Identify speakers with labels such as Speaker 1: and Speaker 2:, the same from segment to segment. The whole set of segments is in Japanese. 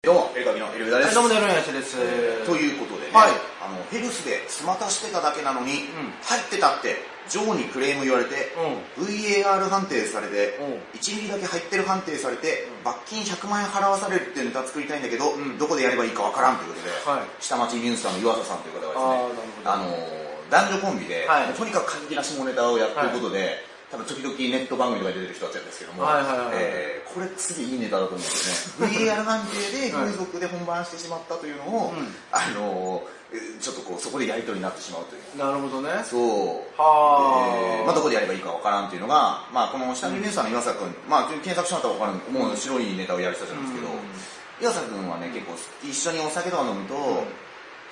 Speaker 1: どうも、エルカビのエルウダで
Speaker 2: はい、
Speaker 1: す。
Speaker 2: どうも、ねるんやしです。
Speaker 1: ということでね、
Speaker 2: はい
Speaker 1: あのヘルスでつまたしてただけなのに、
Speaker 2: ん
Speaker 1: 入ってたって、ジョーにクレーム言われて、VAR 判定されて、
Speaker 2: うん
Speaker 1: 1ミリだけ入ってる判定されて、罰金100万円払わされるっていうネタ作りたいんだけど、
Speaker 2: ん
Speaker 1: どこでやればいいかわからんということで、
Speaker 2: はい
Speaker 1: 下町ミュースターの湯浅さんという方
Speaker 2: あ
Speaker 1: が
Speaker 2: ーなる
Speaker 1: ですね、
Speaker 2: ほど
Speaker 1: あのー男女コンビで、
Speaker 2: はい
Speaker 1: もうとにかく過激な下ネタをやってることで、多分時々ネット番組とかに出てる人たちなんですけども、
Speaker 2: はいはいはいはい
Speaker 1: えーこれ次いいネタだと思うんです よね VAR 判定で風俗で本番してしまったというのを、
Speaker 2: うん
Speaker 1: あのーちょっとこうそこでやり取りになってしまうという
Speaker 2: なるほどね。
Speaker 1: そう
Speaker 2: はあ
Speaker 1: でまあ、どこでやればいいかわからんっていうのが、まあ、この下のニュースさんの岩佐君、まあ、検索しまったらわかるもう白いネタをやる人たちなんですけど、
Speaker 2: うん
Speaker 1: 岩佐君はね結構一緒にお酒とか飲むと、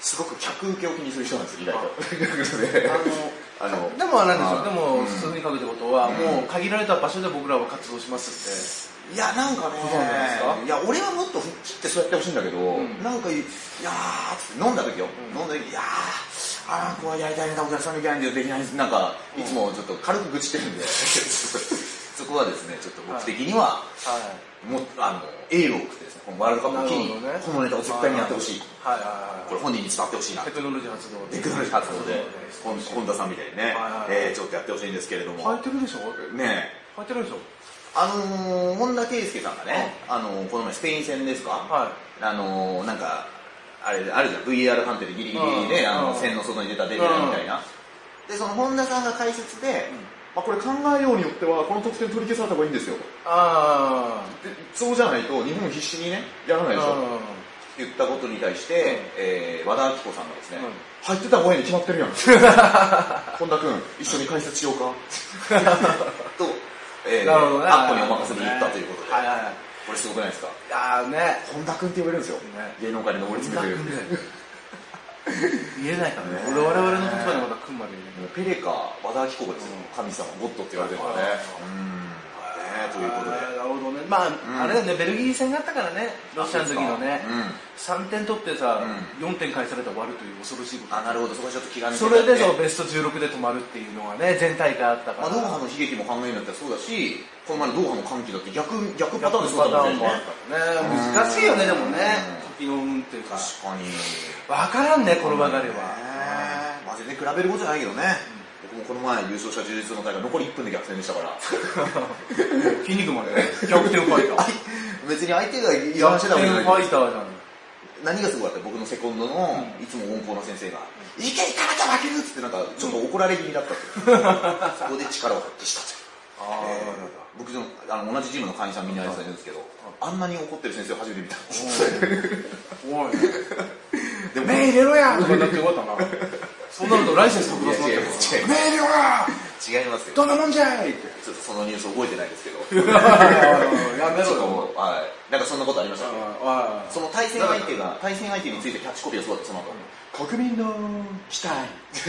Speaker 1: すごく客受けを気にする人なんですよ意外 と。ということで
Speaker 2: あ
Speaker 1: あ
Speaker 2: の、
Speaker 1: の
Speaker 2: でもあれなんですよ。で
Speaker 1: まあ
Speaker 2: も、
Speaker 1: うん
Speaker 2: 普通にかけてことは、
Speaker 1: うん
Speaker 2: もう限られた場所で僕らは活動します
Speaker 1: いやなんかね
Speaker 2: そうなんですか
Speaker 1: いや俺はもっと吹っ切ってそうやってほしいんだけど、
Speaker 2: ん
Speaker 1: なんかいいやーっつって飲んだ時よ、飲んだ時いやーあーこうやりたいネタお客さんできないんでできないんですなんかいつもちょっと軽く愚痴ってるんで、 そこはですねちょっと僕的には、
Speaker 2: って。はい。
Speaker 1: もうあのエールを送ってですねこのワールドカップを機に、
Speaker 2: なるほどね
Speaker 1: このネタを絶対にやってほしい、
Speaker 2: はいはい
Speaker 1: こ
Speaker 2: は。
Speaker 1: れ本人に伝わってほしいない
Speaker 2: テクノロジー発動
Speaker 1: テクノロジー発動で
Speaker 2: そ
Speaker 1: 本
Speaker 2: うです
Speaker 1: 本田さんみたいにね、
Speaker 2: はいはいはい
Speaker 1: えーちょっとやってほしいんですけれども、
Speaker 2: 入ってるでしょ
Speaker 1: ねえ
Speaker 2: 入ってるでしょ
Speaker 1: あのー、本田圭佑さんがね、あのーこの前スペイン戦ですか、
Speaker 2: は
Speaker 1: あのーなんかあれあるじゃん VR 判定でギリギリね、
Speaker 2: うん
Speaker 1: あの
Speaker 2: うん
Speaker 1: 線の外に出た出てないみたいな、でその本田さんが解説で、まあ、これ考えようによってはこの得点取り消された方がいいんですよ
Speaker 2: あ
Speaker 1: でそうじゃないと日本必死にねやらな
Speaker 2: あ。
Speaker 1: いでしょ、って
Speaker 2: う
Speaker 1: 言ったことに対して、えー和田アキ子さんがですね、
Speaker 2: うん
Speaker 1: 入ってた方がいいに決まってるや ん本田君一緒に解説しようかと、えー
Speaker 2: んなるほどね。
Speaker 1: アッコにお任せで言ったということで、
Speaker 2: はいはいはい。
Speaker 1: これすごくないですか
Speaker 2: ああね。
Speaker 1: 本田君って呼べるんですよ、
Speaker 2: ね
Speaker 1: 芸能界で上り詰めてるんで
Speaker 2: 言えないからね
Speaker 1: ね。
Speaker 2: 俺、我々の立場でまだ来るまで言えない。
Speaker 1: もうペレか和田アキ子がですよ、神様ゴッドって言われてるからねうんねということで
Speaker 2: あーなるほどねまあ、
Speaker 1: ん
Speaker 2: あれだよねベルギー戦があったからねロシアの時のね、
Speaker 1: うん
Speaker 2: 3点取ってさ、
Speaker 1: う
Speaker 2: 4点返されたら終わるという恐ろしいこと
Speaker 1: あなるほどそこはちょっと気が抜け
Speaker 2: それで
Speaker 1: そ
Speaker 2: のベスト16で止まるっていうのがね全大会あったか
Speaker 1: ま
Speaker 2: ら、
Speaker 1: あ、ドーハの悲劇も考えるんだったらそうだしこの前のドーハの歓喜だって逆逆パターンでそうだもんね
Speaker 2: もあったからね難しいよねでもね時の運っていうか
Speaker 1: 確かに
Speaker 2: 分からんねこのばかり
Speaker 1: ね
Speaker 2: は、
Speaker 1: まあ全然比べることじゃないけどね、僕もこの前優勝した充実の大会残り1分で逆転でしたから
Speaker 2: 筋肉まで逆転ファイター
Speaker 1: 別に相手が言わ
Speaker 2: 逆
Speaker 1: してた
Speaker 2: 転
Speaker 1: わけじゃない
Speaker 2: ファイターなの
Speaker 1: 何がすごかった僕のセコンドのいつも温厚な先生が「いけいかなきゃ負ける!」っつってなんかちょっと怒られ気味だったっていう そこで力を発揮したという
Speaker 2: あ
Speaker 1: え
Speaker 2: あ
Speaker 1: ー僕のあの同じチームの会員さんみんなやってたんですけどあんなに怒ってる先生を初めて見た
Speaker 2: おい
Speaker 1: でも
Speaker 2: 目入れろやとかなって終わった なそうなるとライセンス
Speaker 1: い
Speaker 2: 特
Speaker 1: や
Speaker 2: 別になっ
Speaker 1: 違
Speaker 2: て
Speaker 1: い
Speaker 2: る
Speaker 1: ま
Speaker 2: から
Speaker 1: す違います違い
Speaker 2: メールは
Speaker 1: ますよ
Speaker 2: どんなもんじゃいって。
Speaker 1: ちょっとそのニュース覚えてないですけどちょっ
Speaker 2: やめ ろ
Speaker 1: と
Speaker 2: よ。
Speaker 1: はいなんかそんなことありましたね
Speaker 2: あ
Speaker 1: その対戦相手が対戦相手についてキャッチコピーがそうだったその後
Speaker 2: あ国民の期待。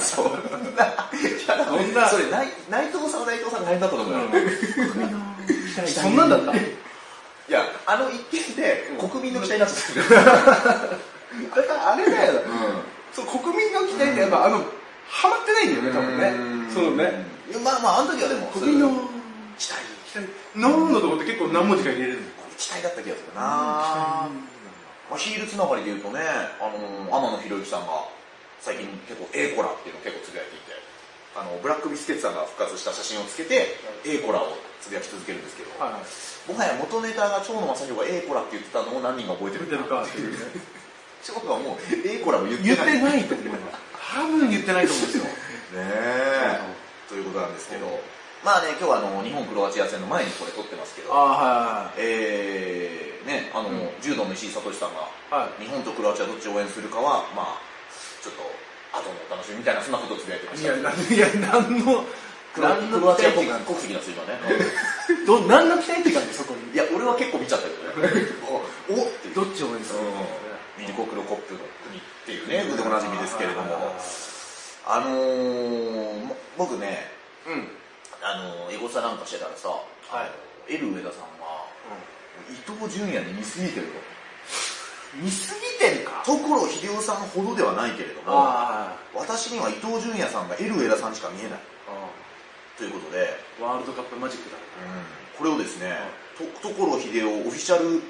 Speaker 1: そんな、
Speaker 2: そん な
Speaker 1: それ内内藤さんは内藤さんが大変だったと思うよ、い
Speaker 2: 国民の期待。そんなんだった。
Speaker 1: や、あの一件で国民の期待になっちゃってる、
Speaker 2: だからあれだよ。そう国民の期待ってやっぱあのハマってないんだよね多分ね。そうね。
Speaker 1: うん、まあまあ、あの時はでも、
Speaker 2: 国民の
Speaker 1: 期待、
Speaker 2: 期待。ノーのとこって結構何文字か入れるの。
Speaker 1: 期待だった気がするな、まあ、ヒールつながりでいうとね、あのー天野博之さんが、最近、結構、エーコラっていうのを結構つぶやいていて、あのブラックビスケッツさんが復活した写真をつけて、エーコラをつぶやき続けるんですけど、
Speaker 2: はいはい。
Speaker 1: もはや元ネタが蝶野正弘がエーコラって言ってたのを何人が覚えて
Speaker 2: 見
Speaker 1: る
Speaker 2: てるかっていうね。
Speaker 1: ちょっとはもう、ええこらも言って
Speaker 2: 言っ
Speaker 1: ない。ね
Speaker 2: てないと思います。多分言ってないと思うんですよ。
Speaker 1: え。ということなんですけど、まあね、今日はあの日本クロアチア戦の前にこれ撮ってますけど、
Speaker 2: ああ
Speaker 1: えー、ね、あの、
Speaker 2: うん
Speaker 1: 柔道の石井聡さんが、
Speaker 2: はいはい。はい。
Speaker 1: 日本とクロアチアどっちを応援するかは、まあ、ちょっと、後のお楽しみみたいな、そんなことをつぶやいてまし
Speaker 2: い
Speaker 1: た
Speaker 2: や
Speaker 1: けど。
Speaker 2: なんいや何の
Speaker 1: クロ
Speaker 2: 何の
Speaker 1: クロアチア
Speaker 2: 期
Speaker 1: 国
Speaker 2: 待
Speaker 1: 国籍なんですよ、今ね。
Speaker 2: ど何の期待って感じそこに
Speaker 1: いや、俺は結構見ちゃったけどね。おおっていう。
Speaker 2: どっちを応援する
Speaker 1: ミルコ・クロコップの国っていうね、でおなじみですけれども、
Speaker 2: う
Speaker 1: あのー、も僕ね、
Speaker 2: ん、うん、
Speaker 1: あのエゴサなんかしてたらさ、
Speaker 2: はい
Speaker 1: エル上田さんは伊藤純也に似すぎてる
Speaker 2: 見すぎてるか
Speaker 1: と所秀夫さんほどではないけれども
Speaker 2: あ
Speaker 1: 私には伊藤純也さんがエル上田さんしか見えない
Speaker 2: あ
Speaker 1: ということで、
Speaker 2: ワールドカップマジックだ
Speaker 1: これをですね、と所秀夫オフィシャル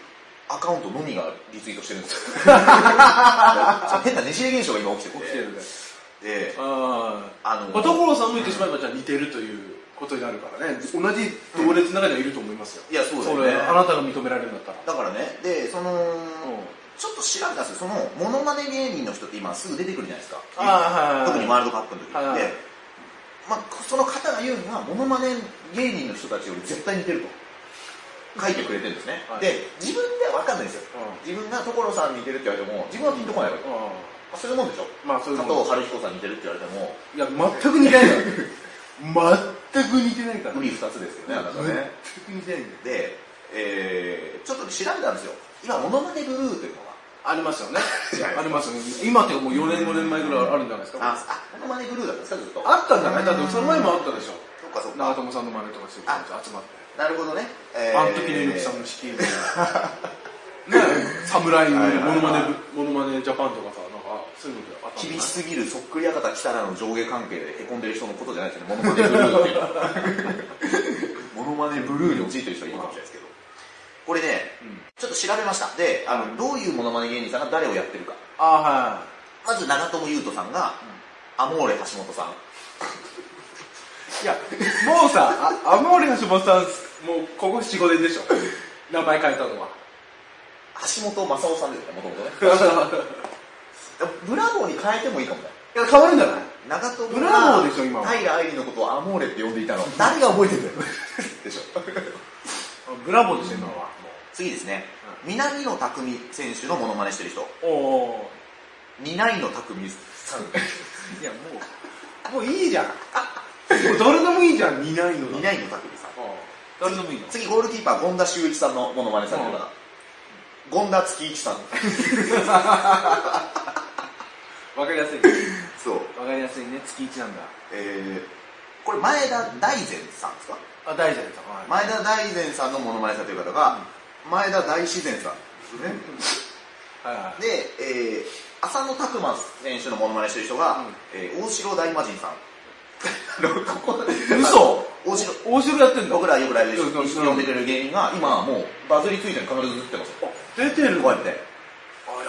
Speaker 1: アカウントのみがリツイートしてるん ですよそう変なねじれ現象が今起きて
Speaker 2: 起
Speaker 1: て
Speaker 2: きてるね
Speaker 1: で
Speaker 2: ああ
Speaker 1: あの
Speaker 2: まあ所さんも言ってしまえばじゃあ似てるということになるからね同じ同列の中にはいると思いますよ、
Speaker 1: いやそうだ
Speaker 2: れあ
Speaker 1: よね
Speaker 2: なたが認められるんだったら
Speaker 1: だからねでその、ちょっと調べたんですよそのモノマネ芸人の人って今すぐ出てくるじゃないですか
Speaker 2: ああ
Speaker 1: 特にワールドカップの時、
Speaker 2: はいはい
Speaker 1: で、まあ、その方が言うにはモノマネ芸人の人たちより絶対似てると書いてくれてるんですね、
Speaker 2: はい
Speaker 1: で自分では分かんないんですよ自分が所さんに似てるって言われても自分はピンとこないわけ、まあ、そういうもんでしょ
Speaker 2: まあそういう
Speaker 1: 加
Speaker 2: もん
Speaker 1: 藤晴彦さんに似てるって言われても
Speaker 2: いや全く似てないから全く似てないから
Speaker 1: 無理二つですよねあなたね
Speaker 2: 全く似てないんだよ
Speaker 1: で、えーちょっと調べたんですよ今モノマネブルーというのが
Speaker 2: ありますよね
Speaker 1: 違う
Speaker 2: ありますよね今ってかもう4年5年前ぐらいあるんじゃないですか
Speaker 1: ああモノマネブルーだったんですかずっと
Speaker 2: あったんじゃないだってその前もあったでしょ
Speaker 1: そっかそっ
Speaker 2: 長
Speaker 1: か
Speaker 2: 友さんの真似とかしてる人たち集まって
Speaker 1: なるほどね、えー
Speaker 2: あの時の猪木さんの 式みたいなね侍の
Speaker 1: はいはいはい
Speaker 2: モノマネ部モノマネジャパンとかさなんかそういうのであったんじゃない
Speaker 1: 厳しすぎるそっくり館来たらの上下関係でへこんでる人のことじゃないですよねモノマネブルーっていうのはモノマネブルーに陥ってる人はいるかもしれないですけどこれね
Speaker 2: うん
Speaker 1: ちょっと調べましたであのどういうモノマネ芸人さんが誰をやってるか
Speaker 2: あは
Speaker 1: まず長友佑都さんが、アモーレ橋本さん
Speaker 2: いいやもうさああんまり橋本さんもうここ45年でしょ名前変えたのは
Speaker 1: 橋本正夫さんですねもともとね
Speaker 2: いや
Speaker 1: ブラボーに変えてもいいかもね
Speaker 2: 変わるんじゃない
Speaker 1: 長友が
Speaker 2: ブラボーでしょ今は
Speaker 1: 平愛梨のことをアモーレって呼んでいたの誰が覚えてんだ よでしょ
Speaker 2: ブラボーでしょ今はも
Speaker 1: 次ですね南野拓実選手のモノマネしてる人
Speaker 2: うおお
Speaker 1: 担いの匠さん
Speaker 2: いやもうもういいじゃんもう誰でもいいじゃん似ないの
Speaker 1: 担い
Speaker 2: だ
Speaker 1: の匠さん
Speaker 2: ああ誰でもいいの
Speaker 1: 次ゴールキーパー権田修一さんのモノマネされてるから権田月一さん
Speaker 2: わかりやすい
Speaker 1: そう
Speaker 2: わかりやすいね月1なんだ
Speaker 1: えー、これ前田大然さんですか
Speaker 2: あ大丈夫ですはい
Speaker 1: 前田大然さんのモノマネされてる方が前田大自然さんですね
Speaker 2: はいはい
Speaker 1: で、えー、浅野拓磨選手のモノマネしてる人が、
Speaker 2: うん
Speaker 1: えー大城大魔神 さんあのここ
Speaker 2: 嘘
Speaker 1: 大城
Speaker 2: 大城やってんだ
Speaker 1: 僕らよくライブで
Speaker 2: そうそう
Speaker 1: 呼んでくれる芸人が今はもうバズりついてるの必ず映ってますよ
Speaker 2: 出てる
Speaker 1: こう
Speaker 2: わ
Speaker 1: やって
Speaker 2: あや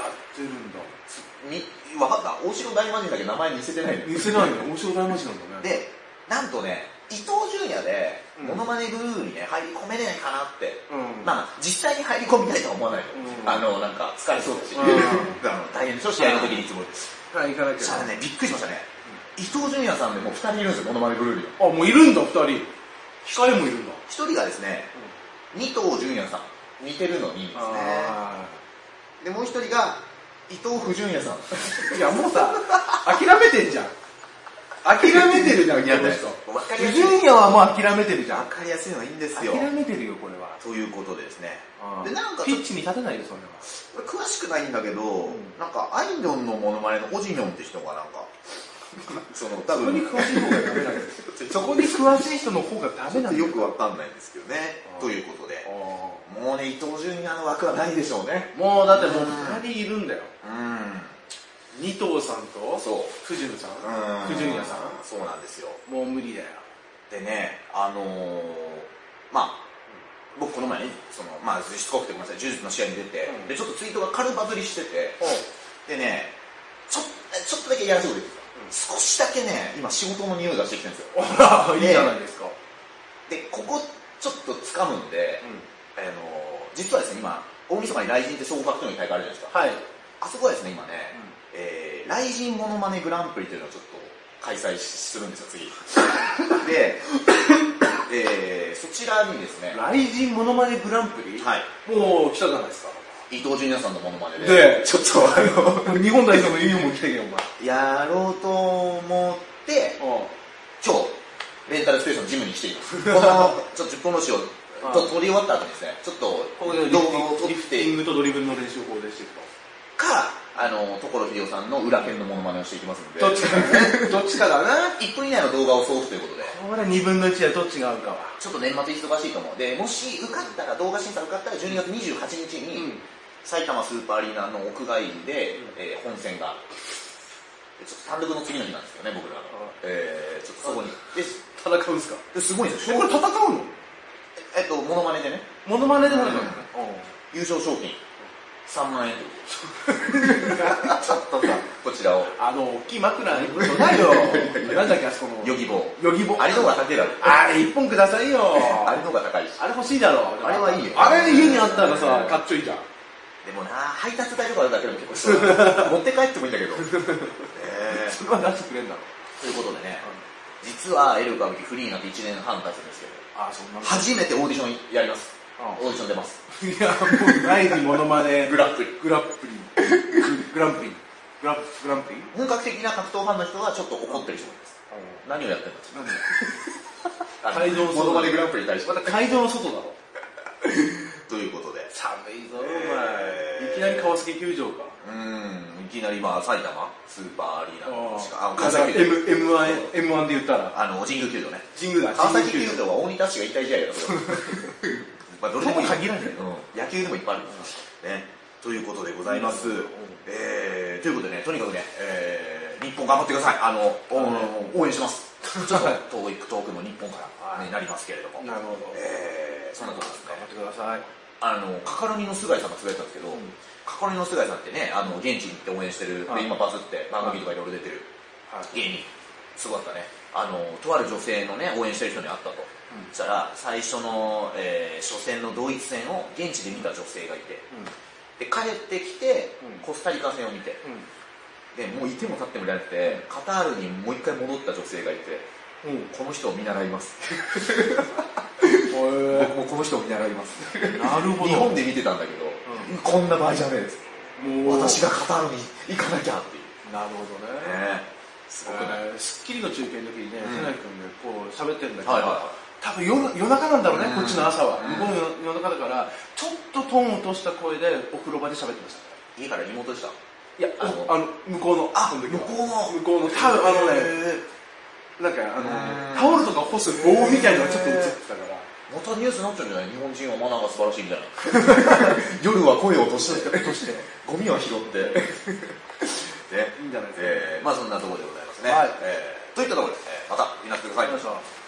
Speaker 2: ってるんだ
Speaker 1: に分かった大城大魔神だけ名前似せてないの
Speaker 2: 見せないね大城大魔神なんだね
Speaker 1: でなんとね伊藤純也で
Speaker 2: うん
Speaker 1: モノマネブルーにね入り込めれないかなって、
Speaker 2: うん
Speaker 1: まあ実際に入り込みたいとは思わないと、
Speaker 2: うん
Speaker 1: あのなんか疲れそうだし、
Speaker 2: うん
Speaker 1: あの大変でしょ試合の時にいつもです
Speaker 2: はい行かなきゃい
Speaker 1: そし
Speaker 2: け
Speaker 1: た
Speaker 2: な
Speaker 1: らねびっくりしましたね、伊藤純也さんでもう2人いるんですよモノマネブルーにはい
Speaker 2: あもういるんだ二人控えもいるんだ
Speaker 1: 1人がですね、二藤純也さん似てるのにですね
Speaker 2: あ
Speaker 1: でもう1人が伊藤不純也さん
Speaker 2: ーいやもうさ諦めてんじゃん諦めてるじゃんこの人
Speaker 1: わかりやすい
Speaker 2: ジュニアはもう諦めてるじゃ
Speaker 1: わ
Speaker 2: ん
Speaker 1: かりやすいのはいいんですよ
Speaker 2: 諦めてるよこれは
Speaker 1: ということでですね
Speaker 2: あー
Speaker 1: でなんか
Speaker 2: ピッチに立てないよそんな の
Speaker 1: 俺詳しくないんだけど、
Speaker 2: ん
Speaker 1: なんかあいみょんのモノマネのオジミョンって人がなん かその多
Speaker 2: そこに
Speaker 1: 分
Speaker 2: 詳しい方がダメなんですよそこに詳しい人の方がダメなんです
Speaker 1: よくわかんないんですけどね
Speaker 2: あー
Speaker 1: ということで
Speaker 2: あ
Speaker 1: もうね伊藤純也の枠はないでしょうね
Speaker 2: ーもうだってもう二人いるんだよ
Speaker 1: うん
Speaker 2: 二藤さんと
Speaker 1: そう
Speaker 2: 藤野さん
Speaker 1: うん
Speaker 2: 藤野さ
Speaker 1: そうなんですよ
Speaker 2: んもう無理だよ
Speaker 1: でねあのー、まあ僕この前ねそのまあしつこくてごめんなさい呪術の試合に出て、
Speaker 2: うん
Speaker 1: でちょっとツイートが軽バズりしててでねちょちょっとだけやらせてくれて少しだけね今仕事の匂いがしてきてるんですよ
Speaker 2: あ らいいじゃないですか
Speaker 1: でここちょっと掴むんで、あの実はですね今大晦日に雷神って総合格闘技の大会あるじゃないですか
Speaker 2: はい
Speaker 1: あそこはですね今ね、えー、雷神モノマネグランプリというのをちょっと開催しするんですよ 次で、えー、そちらにですね
Speaker 2: 雷神モノマネグランプリ
Speaker 1: はい
Speaker 2: もう来たじゃないですか
Speaker 1: 伊藤純也さんのモノマネで
Speaker 2: で
Speaker 1: ちょっとあの
Speaker 2: 日本代表のユニフォーム着てけよ お前
Speaker 1: やろうと思って
Speaker 2: あ
Speaker 1: 今日レンタルスペースのジムに来ています このちょっと10分のしを
Speaker 2: あ
Speaker 1: と撮り終わった後にですねちょっと
Speaker 2: こでリ
Speaker 1: 動画を撮っ
Speaker 2: フテ
Speaker 1: て
Speaker 2: ィングとドリブルの練習法でしていくと
Speaker 1: か、あの、所秀夫さんの裏剣のモノマネをしていきますので、
Speaker 2: どっちかだね どっちかだな
Speaker 1: 1分以内の動画を送付ということで、
Speaker 2: これ2分の1でどっちが合うかは
Speaker 1: ちょっと年末忙しいと思う。で、もし受かったら、動画審査受かったら12月28日に、
Speaker 2: うん
Speaker 1: 埼玉スーパーアリーナの屋外で、
Speaker 2: うん
Speaker 1: えー本戦が、でちょっと単独の次の日なんですけどね、僕らの。えー、ちょっとそこに。で
Speaker 2: 戦うんすか
Speaker 1: ですごいんですよ。
Speaker 2: これ戦うの
Speaker 1: えっと、モノマネでね、
Speaker 2: モノマネでもいいの
Speaker 1: 優勝賞金3万円ってことちょっとさこちらを
Speaker 2: あの、大きい枕一本ちょうだいよ。 なんだっけ、あそこの。
Speaker 1: ヨギボー
Speaker 2: ヨギボ
Speaker 1: あれの方が高いだろ
Speaker 2: あれ一本くださいよ。
Speaker 1: あれの方が高いし
Speaker 2: あれ欲しいだろ。
Speaker 1: あれはいいよ
Speaker 2: あれ家にあったらさ、かっちょいいじゃん。
Speaker 1: でもな配達代とかあるだけでも結構必要だ持って帰ってもいいんだけどねえ
Speaker 2: それは出してくれんだろ。
Speaker 1: ということでね、実はエル歌舞伎フリーになって1年半経つんですけど
Speaker 2: あ、そんなの。
Speaker 1: 初めてオーディションやります
Speaker 2: ああ
Speaker 1: オーディション出ます
Speaker 2: いや、もうないにモノマネ。
Speaker 1: グランプリ
Speaker 2: グラップリン。グランプリン。グラップ、グランプリン
Speaker 1: 本格的な格闘ファンの人はちょっと怒ってる人もいます何をやってんだ
Speaker 2: なんだよ
Speaker 1: って
Speaker 2: 会場の
Speaker 1: モノマネグランプリに対して
Speaker 2: また会場の外だろ。
Speaker 1: ということで
Speaker 2: 寒いぞ、
Speaker 1: え
Speaker 2: お
Speaker 1: ー
Speaker 2: 前。いきなり川崎球場か。
Speaker 1: うんいきなりまあ埼玉スーパーアリーナのしかあ川
Speaker 2: だから
Speaker 1: 崎
Speaker 2: M
Speaker 1: 球場
Speaker 2: M1 M1 で言ったら
Speaker 1: あの神宮球場ね
Speaker 2: 神宮だ
Speaker 1: 川崎
Speaker 2: 神宮
Speaker 1: 球場は大仁田氏が引退試合だと まあどれでもいい
Speaker 2: とも限らない
Speaker 1: うん野球でもいっぱいあるねということでございます
Speaker 2: うん
Speaker 1: えーということでねとにかくねえー日本頑張ってくださいあのお応援してます ちょっと遠く遠くの日本からになりますけれども
Speaker 2: なるほど
Speaker 1: えーそんなとこですね
Speaker 2: 頑張ってください
Speaker 1: あのカカロニの菅井さんがつぶやいたんですけど、
Speaker 2: ん
Speaker 1: カカロニの菅井さんってねあの現地に行って応援してる、で
Speaker 2: はい
Speaker 1: 今バズって番組とかいろいろ出てる芸人すごかったねあのとある女性のね応援してる人に会ったと、
Speaker 2: ん
Speaker 1: そしたら最初の、えー初戦のドイツ戦を現地で見た女性がいてで帰ってきて
Speaker 2: うん
Speaker 1: コスタリカ戦を見てでもういても立ってもいられなくてカタールにもう一回戻った女性がいて
Speaker 2: うんうん
Speaker 1: この人を見習います
Speaker 2: うんへ
Speaker 1: 僕もこの人を見習います
Speaker 2: えなるほ
Speaker 1: 日本で見てたんだけど、こんな場合じゃねえです
Speaker 2: どもう
Speaker 1: 私がカタールに行かなきゃっていう
Speaker 2: なるほどね
Speaker 1: ねすごくない
Speaker 2: えースッキリの中継の時にね
Speaker 1: うん
Speaker 2: 瀬名君でこう喋ってるんだけど
Speaker 1: はいはいは
Speaker 2: 多分夜夜中なんだろうね
Speaker 1: うん
Speaker 2: こっちの朝は
Speaker 1: うん
Speaker 2: 向こうの夜中だからちょっとトーン落とした声でお風呂場で喋ってました
Speaker 1: い家から妹でした
Speaker 2: いや
Speaker 1: あ
Speaker 2: あ
Speaker 1: の
Speaker 2: の向こうの
Speaker 1: あ
Speaker 2: その
Speaker 1: 向
Speaker 2: 時は
Speaker 1: こうの
Speaker 2: 向こうの多分あのね
Speaker 1: へ
Speaker 2: なんかあ
Speaker 1: うん
Speaker 2: のタオルとか干す棒みたいのがちょっと映ってたか
Speaker 1: ー
Speaker 2: ら
Speaker 1: またニュースになっちゃうんじゃない日本人はマナーが素晴らしいみたい な夜は声を落として
Speaker 2: 落として
Speaker 1: ゴミは拾ってね
Speaker 2: いいんじゃないですか
Speaker 1: えーまあそんなところでございますね
Speaker 2: はい
Speaker 1: えーといったところでえーまたいなってください
Speaker 2: よいしょ